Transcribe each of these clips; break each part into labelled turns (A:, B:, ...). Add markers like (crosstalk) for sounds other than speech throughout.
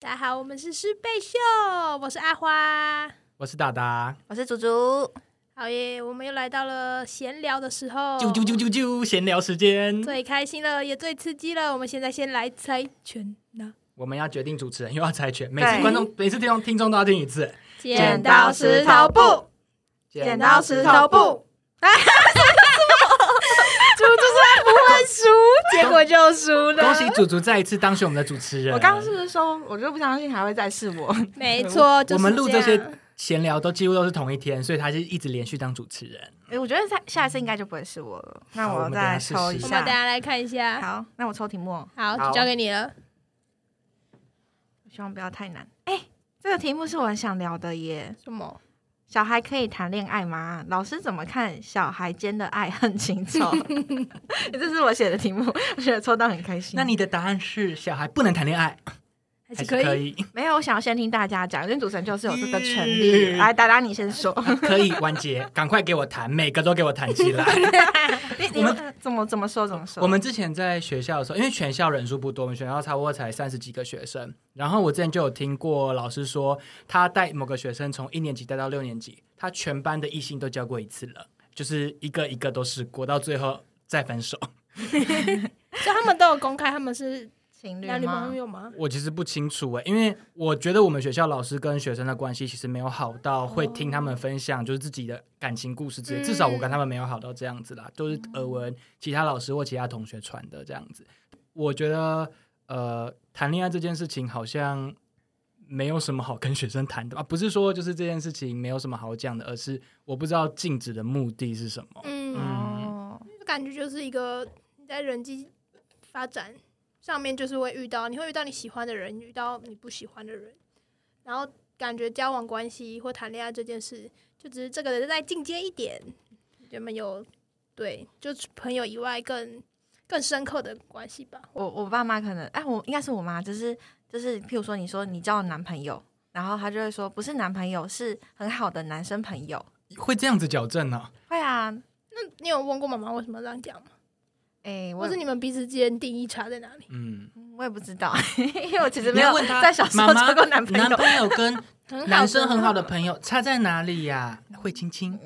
A: 大家好，我们是师贝秀，我是阿花。
B: 我是达达，
C: 我是竹竹，
A: 好耶，我们又来到了闲聊的时候，
B: 啾啾啾啾啾，闲聊时间，
A: 最开心了，也最刺激了。我们现在先来猜拳呢，
B: 我们要决定主持人，又要猜拳，每次
C: 对
B: 观众、每次听众、听众都要听一次。
C: 剪刀石头布，剪刀石头布，
A: 猪猪说不会输，结果就输了。
B: 恭喜祖祖再一次当选我们的主持人。
C: 我刚刚是不是说，我就不相信还会再试我？
A: 没错，就是
B: 我们录这
A: 样
B: 些闲聊都几乎都是同一天，所以他是一直连续当主持人。
C: (laughs) 诶我觉得下下一次应该就不会是我了。那
B: 好我
C: 我
B: 们
C: 再
B: 等下
C: 抽
B: 试
C: 一
B: 试
A: 我们
C: 下
A: 等一。下来看一下。
C: 好，那我抽题目哦，
A: 好，
B: 好
A: 就交给你了。
C: 希望不要太难。哎、这个题目是我很想聊的耶。
A: 什么？
C: 小孩可以谈恋爱吗？老师怎么看小孩间的爱恨情 (laughs) 仇？这是我写的题目，我觉得抽到很开心。
B: 那你的答案是小孩不能谈恋爱，
A: 还
B: 还
A: 是
B: 是
A: 可
B: 可
A: 以？
B: 以？
C: 没有，我想要先听大家讲，因为主持人就是有这个权利。
B: 嗯
C: 来，达达，你先说。
B: 啊可以，完结，赶快给我谈，每个都给我谈起来。
C: 你你们怎么怎么说怎么说？
B: 我们之前在学校的时候，因为全校人数不多，我们全校差不多才三十几个学生。然后我之前就有听过老师说，他带某个学生从一年级带到六年级，他全班的异性都教过一次了，就是一个一个都试过，到最后再分手。
A: 所以他们都有公开，他们是
C: 情侣
A: 男女
C: 吗
A: 朋？友吗？
B: 我其实不清楚欸诶、因为我觉得我们学校老师跟学生的关系其实没有好到会听他们
C: 哦
B: 分享就是自己的感情故事之类，
A: 嗯
B: 至少我跟他们没有好到这样子啦，都、
C: 嗯
B: 是耳闻其他老师或其他同学传的这样子。我觉得呃，谈恋爱这件事情好像没有什么好跟学生谈的啊，不是说就是这件事情没有什么好讲的，而是我不知道禁止的目的是什么。
A: 嗯，
C: 哦，
A: 感觉就是一个你在人际发展上面，就是会遇到，你会遇到你喜欢的人，遇到你不喜欢的人，然后感觉交往关系或谈恋爱这件事，就只是这个人再进阶一点，人们有对，就是朋友以外更更深刻的关系吧。
C: 我我爸妈可能，哎，我应该是我妈，就是就是，譬如说，你说你交了男朋友，然后她就会说不是男朋友，是很好的男生朋友。
B: 会这样子矫正呢、
C: 会啊，
A: 那你有问过妈妈为什么这样讲吗？
C: 哎，我
A: 或是你们彼此之间定义差在哪里？
B: 嗯，
C: 我也不知道， (laughs) 因为我其实没
B: 你要
C: 有
B: 问他
C: 在小时
B: 妈
C: 候
B: 妈
C: 交过男朋
B: 男
C: 友。
B: 朋友跟
A: 很好
B: 男生很好的朋友差在哪里呀、会
A: (laughs)
B: 亲亲，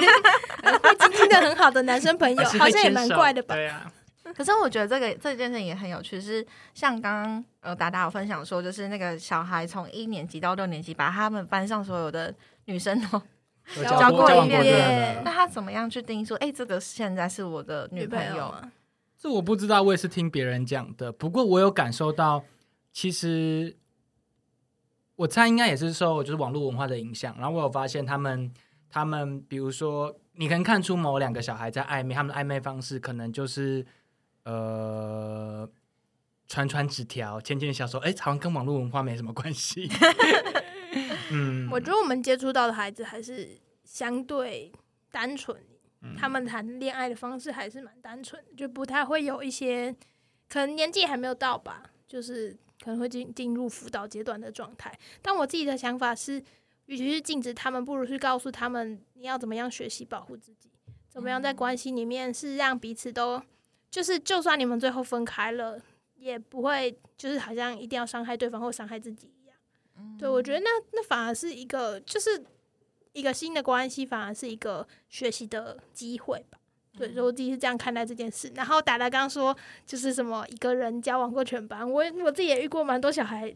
A: 会经济的很好的男生朋
B: (laughs)
A: 友，
B: 还是
A: 好
B: 会
A: 像也
B: 牵
A: 蛮
B: 手
A: 怪的吧？
B: 对啊呀、
C: 可是我觉得这个这件事情也很有趣，是像刚刚呃达达有分享说，就是那个小孩从一年级到六年级，把他们班上所有的女生都，
B: 有
A: 交
B: 交
C: 过
B: 交往
C: 一
B: 过
C: 遍
B: 的
C: 那他怎么样去定义说，哎、这个现在是我的女朋友？
A: 嘛，
B: 这我不知道，我也是听别人讲的。不过我有感受到，其实我猜应该也是受就是网络文化的影响。然后我有发现他们，他们比如说，你可能看出某两个小孩在暧昧，他们的暧昧方式可能就是呃。传传纸条、牵牵小手，哎、好像跟网络文化没什么
A: (laughs)
B: 关系。嗯，
A: 我觉得我们接触到的孩子还是相对单纯，
B: 嗯
A: 他们谈恋爱的方式还是蛮单纯的，就不太会有一些可能年纪还没有到吧，就是可能会进进入辅导阶段的状态。但我自己的想法是，与其是禁止他们，不如去告诉他们你要怎么样学习保护自己，怎么样
B: 嗯
A: 在关系里面是让彼此都就是，就算你们最后分开了，也不会就是好像一定要伤害对方或伤害自己一样。对，我觉
B: 嗯
A: 得那那反而是一个，就是一个新的关系，反而是一个学习的机会吧。
B: 嗯
A: 对，所以我自己是这样看待这件事。然后达达刚说，就是什么一个人交往过全班，我我自己也遇过蛮多小孩，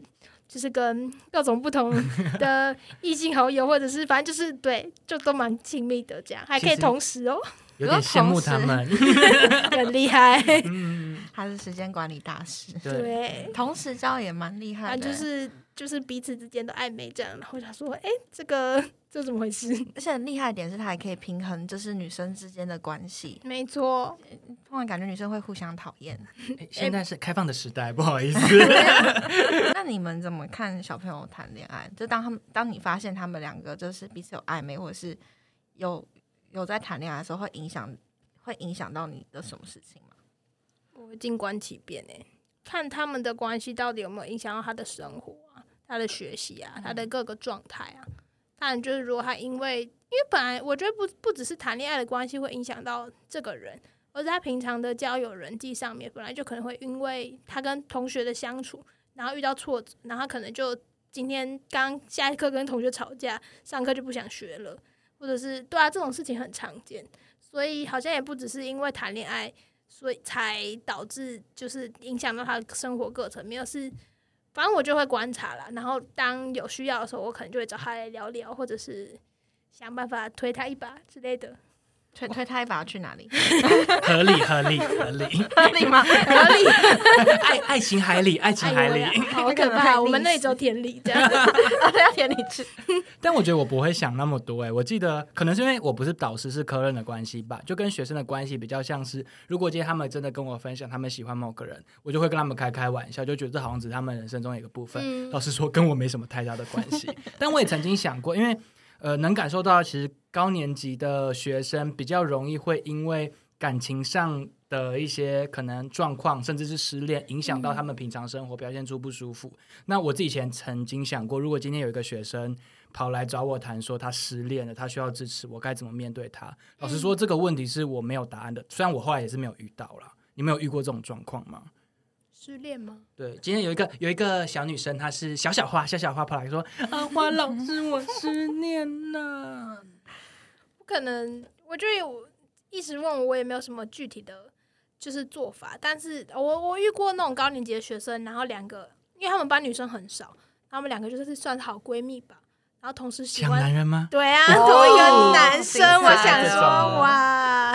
A: 就是跟各种不同的异性好友，或者是反正就是对，就都蛮亲密的这样，还可以
B: 其实
A: 同时哦，
B: 有点羡慕他们。
A: (laughs) 很厉害。
B: 嗯，
C: 他是时间管理大师，
B: 对，
A: 对，
C: 同时交也蛮厉害
A: 反
C: 的、欸
A: 正就是就是彼此之间的暧昧这样。然后我想说，哎、这个这怎么回事？
C: 而且厉害的点是他还可以平衡，就是女生之间的关系。
A: 没错，
C: 突然感觉女生会互相讨厌。 (laughs)
B: 诶现在是开放的时代，不好意思。
C: 那你们怎么看小朋友谈恋爱？就当他们当你发现他们两个就是彼此有暧昧，或者是有有在谈恋爱的时候，会影响会影响到你的什么事情吗？
A: 我会静观其变诶、看他们的关系到底有没有影响到他的生活啊、他的学习啊、他的各个状态啊。当然，就是如果他因为因为本来我觉得不不只是谈恋爱的关系会影响到这个人，而是他平常的交友人际上面本来就可能会因为他跟同学的相处，然后遇到挫折，然后可能就今天刚下一课跟同学吵架，上课就不想学了，或者是对啊，这种事情很常见，所以好像也不只是因为谈恋爱，所以才导致就是影响到他的生活各层面，而是反正我就会观察啦，然后当有需要的时候，我可能就会找他来聊聊，或者是想办法推他一把之类的，
C: 推推他一把去 (laughs) 哪里？
B: (laughs) 合理合理合理，
C: 合理吗？
A: 合理。
B: (laughs) 爱爱情海里，爱情
A: (laughs)
B: 海里。
A: 哎好可怕！我们那里只有田里这样。(laughs)
B: (laughs)
C: 啊，要填你去。
B: 但我觉得我不会想那么多诶、我记得可能是因为我不是导师，是科任的关系吧，就跟学生的关系比较像是，如果今天他们真的跟我分享他们喜欢某个人，我就会跟他们开开玩笑，就觉得这好像只是他们人生中的一个部分。
A: 嗯
B: 老实说，跟我没什么太大的关 (laughs) 系。但我也曾经想过，因为呃，能感受到其实高年级的学生比较容易会因为感情上的一些可能状况，甚至是失恋，影响到他们平常生活，表现出不舒服。嗯那我自己以前曾经想过，如果今天有一个学生跑来找我谈说他失恋了，他需要支持，我该怎么面对他？嗯老实说，这个问题是我没有答案的。虽然我后来也是没有遇到啦，你们有遇过这种状况吗？
A: 失恋吗？
B: 对，今天有一个有一个小女生，她是小小花，小小花跑来说：“啊，花老师，我失恋了。
A: 不可能，我觉得我一时问我，我也没有什么具体的就是做法。但是我我遇过那种高年级的学生，然后两个，因为他们班女生很少，他们两个就是算是好闺蜜吧，然后同时”喜
B: 抢
A: 欢
B: 男。人吗？
A: 对啊，
C: 哦
A: 同一个男生，
C: 精彩
A: 我想
B: 这
A: 说
B: 种啊的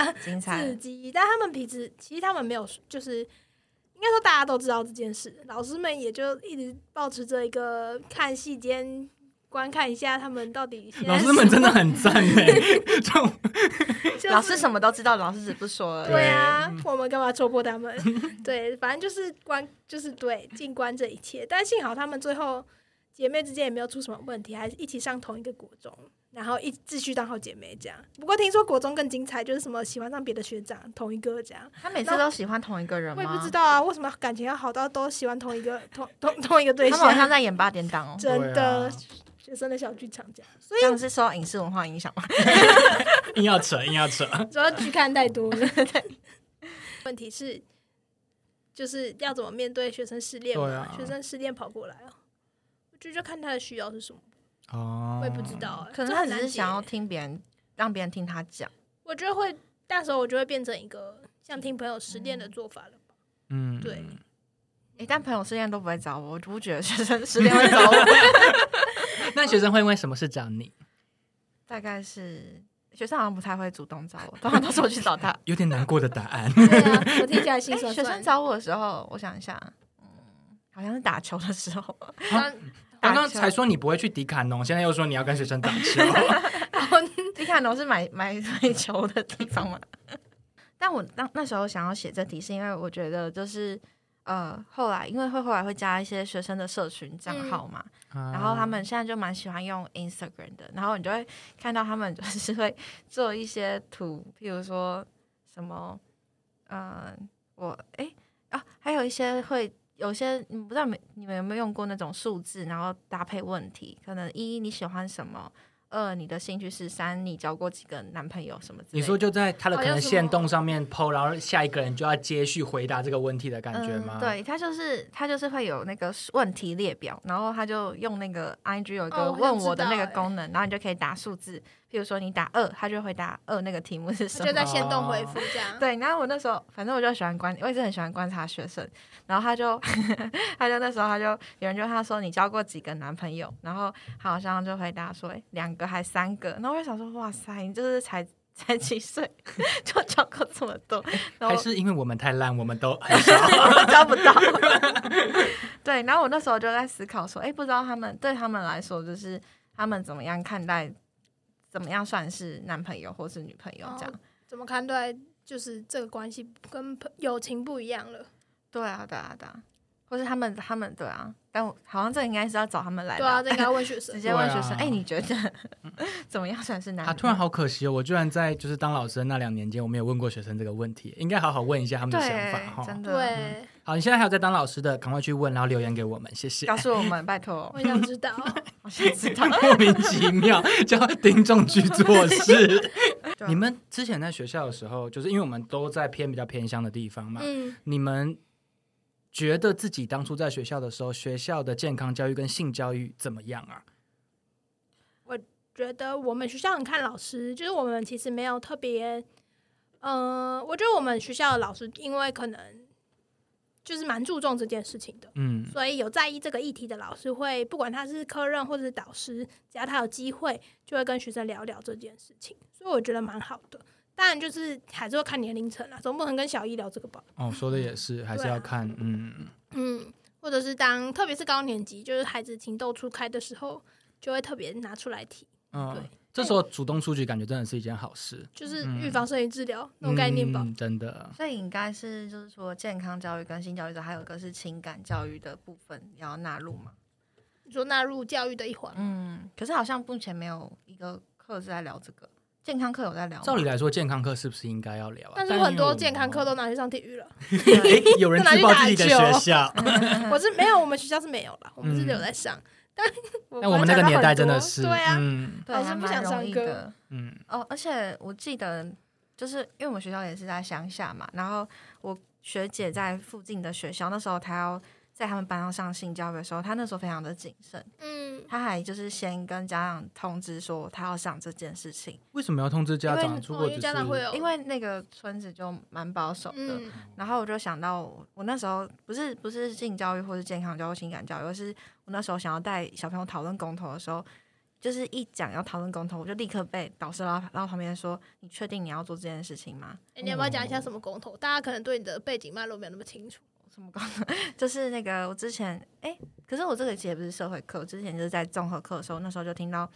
A: 哇，
C: (laughs) 精
A: 刺。激。但他们平时其实他们没有，就是应该说大家都知道这件事，老师们也就一直保持着一个看戏间观看一下他们到底现在
B: 老师们真的很赞美，这种
A: 就是
C: 老师什么都知道，老师只不说而已。
A: 对啊，我们干嘛戳破他们？ (laughs) 对，反正就是观，就是对静观这一切。但幸好他们最后姐妹之间也没有出什么问题，还是一起上同一个国中，然后一继续当好姐妹这样。不过听说国中更精彩，就是什么喜欢上别的学长，同一个这 (laughs) 样。
C: 他每次都喜欢同一个人
A: 我
C: 吗？
A: 也不知道啊，为什么感情要好到都喜欢同一个同 (laughs) 同同一个对啊
C: 他们好像
A: 象？
C: 在演八点档 (laughs) 哦。
A: 真
B: 对
A: 的
B: 啊，
A: 学生的小剧场这样，
C: 这样是受到影视文化影响吗？
B: 硬要扯，硬要扯。
A: 主要剧看太多了。 (laughs) 问题是，就是要怎么面对学生失恋嘛？
B: 对啊
A: 学生失恋跑过来哦，我觉得就看他的需要是什么，
B: 哦
A: 我也不知。道、欸。
C: 可能
A: 这
C: 他
A: 很
C: 只
A: 难
C: 是想要
A: 解，
C: 听别人，让别人听他讲。
A: 我觉得会那时候我就会变成一个像听朋友失恋的做法了吧。
B: 嗯
A: 对
C: 诶，但朋友失恋都不会找我，我就不觉得
A: (laughs)
C: 学生失恋会找我。
B: (laughs) 那学生会因为什么事找你？
C: 大概是学生好像不太会主动找我，通常都是我去
A: (laughs)
C: 找他。
B: 有点难过的答 (laughs)
A: (laughs)
B: 案。
A: 对啊，我听起来心
C: 诶，
A: 酸
C: 哎学
A: 酸
C: 生
A: 的。
C: 找我的时候，我想一下，嗯，好像是打球的时
A: (laughs)
C: 候，
A: 然
B: 刚刚才说你不会去迪卡侬，现在又说你要跟学生打
A: (laughs)
B: 球。
A: 啊后
C: 迪卡侬是买买 (laughs) 买球的地方嘛。 (laughs) 但我当那时候想要写这题，是因为我觉得就是呃，后来因为会后来会加一些学生的社群账
A: 嗯
C: 号嘛，然后他们现在就蛮喜欢用 Instagram 的，然后你就会看到他们就是会 (laughs) 做一些图，譬如说什么，呃，我诶啊，还有一些会有些你不知道你们你们有没有用过那种数字，然后搭配问题，可能一你喜欢什么，二你的兴趣是三你交过几个男朋友什么之类
B: (laughs) 你
C: 的。
B: 说就在他的
C: 哦
B: 可
A: 好
B: 能
A: 像什么
B: 线动上面 PO，然后下一个人就要接续回答这个问题的感觉吗？
C: 嗯、，对，他就是他就是会有那个问题列表，然后他就用那个 IG 有一
A: 哦
C: 个
A: 我好像
C: 问我的那
A: 知
C: 个
A: 道欸
C: 功能，然后你就可以打数字，譬如说你打二，他就回答二那个题目是什
A: 他就
C: 么。
A: 在线动回复这
B: 啊
A: 样。
C: 对，然后我那时候反正我就喜欢观，我一直很喜欢观察学生，然后他就 (laughs) 他就那时候他就有人就问他说你交过几个男朋友，然后他好像就回答说诶两个还三个，然后我就想说哇塞，你就是才 (laughs) 才几岁 (laughs) 就交过这么多，然后
B: 还是因为我们太烂，我们都哎很少。
C: 我招不到。对，然后我那时候就在思考说，哎，不知道他们对他们来说，就是他们怎么样看待，怎么样算是男朋友或是女朋友这样？
A: 哦怎么看待就是这个关系跟朋友情不一样了？
C: 对啊，对啊，对啊，或是他们他们对啊，但我好像这应该是要找他们来
A: 对啊，
C: 聊，
A: 这应该问学
C: 直
A: 生。
C: 接问学生，
B: 对啊嗯
C: 哎、你觉得 (laughs) 怎么样算是男女？
B: 啊，突然好可惜哦！我居然在就是当老师的那两年间，我没有问过学生这个问题，应该好好问一下他们的想法
C: (laughs) 对，啊
B: 哈
C: 真。的。
A: 对，
B: 好，你现在还有在当老师的，赶快去问，然后留言给我们，谢谢
C: 告。诉我们，拜 (laughs) 托
A: 我，也想知道。
C: 我想知道。
B: (laughs) 莫名其妙叫丁仲去做
C: (laughs)
B: 事。
C: 啊
B: 你们之
C: 嗯
B: 前在学校的时候，就是因为我们都在偏比较偏乡的地方嘛，
A: 嗯，
B: 你们觉得自己当初在学校的时候，学校的健康教育跟性教育怎么样啊？
A: 觉得我们学校很看老师，就是我们其实没有特别，嗯、我觉得我们学校的老师，因为可能就是蛮注重这件事情的，
B: 嗯
A: 所以有在意这个议题的老师会，不管他是科任或者是导师，只要他有机会，就会跟学生聊聊这件事情，所以我觉得蛮好的。当然，就是还是会看年龄层啦，总不能跟小一聊这个吧？
B: 哦，说的也是，还是
A: 对啊
B: 要看，嗯，
A: 嗯，或者是当特别是高年级，就是孩子情窦初开的时候，就会特别拿出来提，
B: 嗯
A: 对，
B: 这时候主动出局，感觉真的是一件好事，
A: 就是
B: 嗯
A: 预防胜于治疗、那种概念吧。
B: 嗯真的，
C: 所以应该是就是说健康教育跟性教育的，还有一个是情感教育的部分也要纳入嘛。
A: 你说纳入教育的一环，
C: 嗯，可是好像目前没有一个课是在聊这个，健康课有在聊吗。
B: 照
C: (laughs)
B: 理来说，健康课是不是应该要聊啊？
A: 但是我很
B: 因为
A: 多
B: 我
A: 健康
C: 哦
A: 课都拿去上体育
C: (laughs)
A: 了。
B: 诶有人自爆自己的学
A: (laughs)
B: 校，
C: 嗯
A: 我是没有，我们学校是没有啦，我们是有在
C: (laughs)
A: 上。但
B: 哎但我们那个年代真的是，
A: 对啊，
B: 嗯
C: 对，
A: (laughs) 老师
C: 还
A: 不
C: 蛮
A: 想
C: 容
A: 上
C: 易
A: 课
C: 的。
B: 嗯
C: 哦，而且我记得，就是因为我们学校也是在乡下嘛，然后我学姐在附近的学校，那时候她要在他们班上上性教育的时候，她那时候非常的谨慎，
A: 嗯，
C: 她还就是先跟家长通知说她要上这件事情，
B: 为什么要通知家
C: 因为
B: 长？出
A: 哦
B: 国
A: 因
B: 只
A: 为
B: 是
A: 家长会有，
C: 因为那个村子就蛮保守的，
A: 嗯
C: 然后我就想到我，我那时候不是不是性教育或是健康教育、情感教育，而是我那时候想要带小朋友讨论公投的时候，就是一讲要讨论公投，我就立刻被导师拉拉到旁边说：“你确定你要做这件事情吗
A: 诶哎你要不要讲
C: 嗯
A: 一下什么公投？大家可能对你的背景脉络没有那么清楚。？”
C: 什么公投？ (laughs) 就是那个我之前哎、可是我这个其实也不是社会课，我之前就是在综合课的时候，那时候就听到，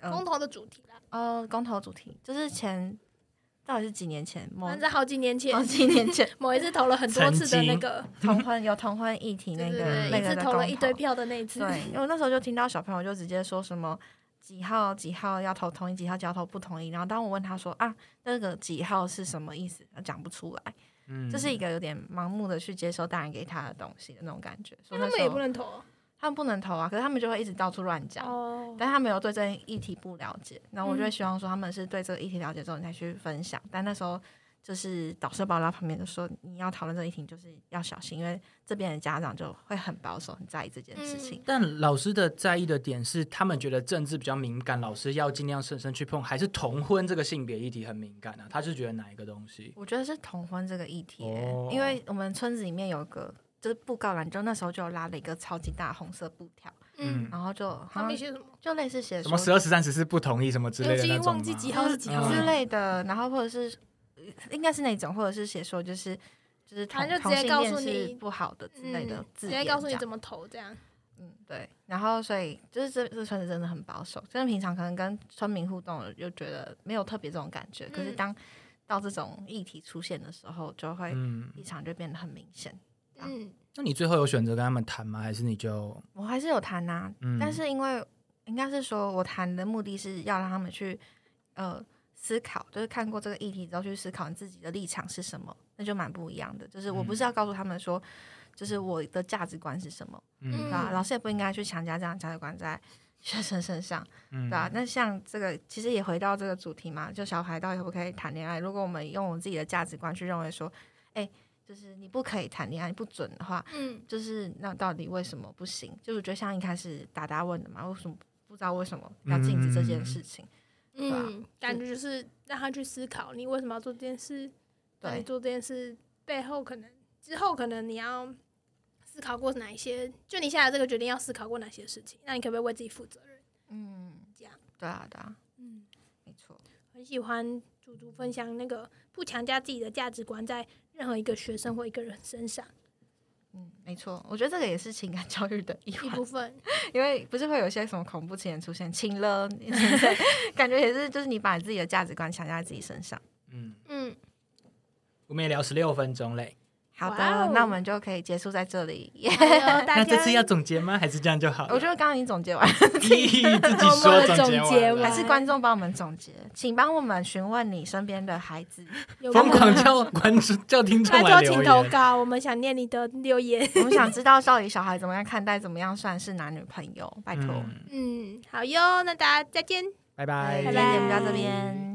C: 嗯、
A: 公投的主题啦，
C: 呃，公投主题就是前到底是几年前？某
A: 反正在好几年前
C: 哦好，几年前 (laughs)
A: 某一次投了很多次的那个，
C: 同婚有同婚议题
A: 对
C: 那
A: 对
C: 个
A: 对，
C: 那
A: 一
C: 个
A: 次
C: 的
A: 投了
C: 公
A: 一堆
C: 投
A: 票的那一次， (laughs)
C: 对， (laughs) 因为我那时候就听到小朋友就直接说什么几号几号要投同意，几号几号投不同意。然后当我问他说啊，那个几号是什么意思，他讲不出来，
B: 嗯
C: 这是一个有点盲目的去接收大人给他的东西的那种感觉。所
A: 那他
C: 以那
A: 们
C: 时
A: 也不
C: 候
A: 能投啊
C: 他们不能投啊，可是他们就会一直到处乱讲。
A: 哦。
C: 但他没有对这议题不了解，然后我就会
A: 嗯
C: 希望说他们是对这个议题了解之后，你才去分享。但那时候就是导师把我拉旁边就说，你要讨论这个议题，就是要小心，因为这边的家长就会很保守，很在意这件事
A: 嗯
C: 情。
B: 但老师的在意的点是，他们觉得政治比较敏感，老师要尽量深深去碰，还是同婚这个性别议题很敏感啊？他是觉得哪一个东西？
C: 我觉得是同婚这个议题耶、
B: 哦
C: 因为我们村子里面有个就是布告栏，就那时候就拉了一个超级大红色布条，
A: 嗯，
C: 然后就
A: 他
C: 好
A: 们
C: 像
A: 写什么？
C: 就类似写
B: 什么
C: 说
B: 十二、十三、十四不同意什么之类
A: 我
B: 的
A: 已
B: 那
A: 经
B: 种
A: 忘记
B: 吗
A: 几号是几号
B: 嗯
C: 之
A: 了，
C: 类的，然后或者是呃应该是那种，或者是写说就是就是同
A: 反正就
C: 同
A: 直接
C: 性
A: 告诉
C: 恋是
A: 你
C: 不好的之类的
A: 嗯，
C: 字
A: 直
C: 眼，
A: 接告诉你
C: 么
A: 怎么投这样。
C: 嗯对，然后所以就是这这村子真的很保守，就是平常可能跟村民互动又觉得没有特别这种感觉，可是
A: 嗯
C: 当到这种议题出现的时候，就会
B: 嗯，
C: 立场就变得很明显。
A: 嗯，
B: 那你最后有选择跟他们谈吗？还是你就
C: 我还是有谈呐、
B: 嗯？
C: 但是因为应该是说我谈的目的是要让他们去呃思考，就是看过这个议题之后去思考你自己的立场是什么，那就蛮不一样的。就是我不是要告诉他们说，就是我的价值观是什么，
B: 嗯
C: 对吧、老师也不应该去强加这样的价值观在 (laughs) 学生身上，
B: 嗯
C: 对吧、那像这个其实也回到这个主题嘛，就小孩到底可不可以谈恋爱？如果我们用我们自己的价值观去认为说，哎、就是你不可以谈恋爱，你不准的话，
A: 嗯，
C: 就是那到底为什么不行？就是我觉得像一开始达达问的嘛，为什么不知道为什么要禁止这件事情？对啊
A: 嗯，感觉就是让他去思考你为什么要做这件事，那你
C: 对，
A: 做这件事背后可能之后可能你要思考过哪一些，就你下来这个决定要思考过哪些事情，那你可不可以为自己负责任？
C: 嗯，
A: 这样，
C: 对啊，对啊，
A: 嗯，
C: 没错，
A: 很喜欢主主分享那个不强加自己的价值观在任何一个学生或一个人身上
C: 嗯，没错。我觉得这个也是情感 (laughs) 教育的一
A: 一
C: 环
A: 部，分，
C: 因为不是会有一些什么恐怖情人出现，亲了，感觉也是就是你把自己的价值观强加在自己身上。
B: 嗯，
A: 嗯，
B: 我们也聊十六分钟嘞。
C: 好的
A: 哇哦
C: 那我们就可以结束在这里。
A: 还有大家
B: 那这次要总结吗？还是这样就好了？
C: 我觉得刚刚已经总结完，
B: 自己说
A: 默默地总
B: 结
A: 结
B: 完了
A: 完
C: 还是观众帮我们总结，请帮我们询问你身边的孩子，
A: 有
B: 疯
A: 没有
B: 狂叫 (laughs) 观众叫听众
A: 拜
B: 来
A: 托，
B: 留
A: 请投
B: 言。
A: 稿，我们想念你的留言。
C: 我们想知道到底小孩怎么样看待，怎么样算是男女朋友？拜托，
B: 嗯，
A: 嗯，好哟，那大家再见。
B: 拜拜，
A: 拜
C: 今
A: 拜
C: 天节目到这边。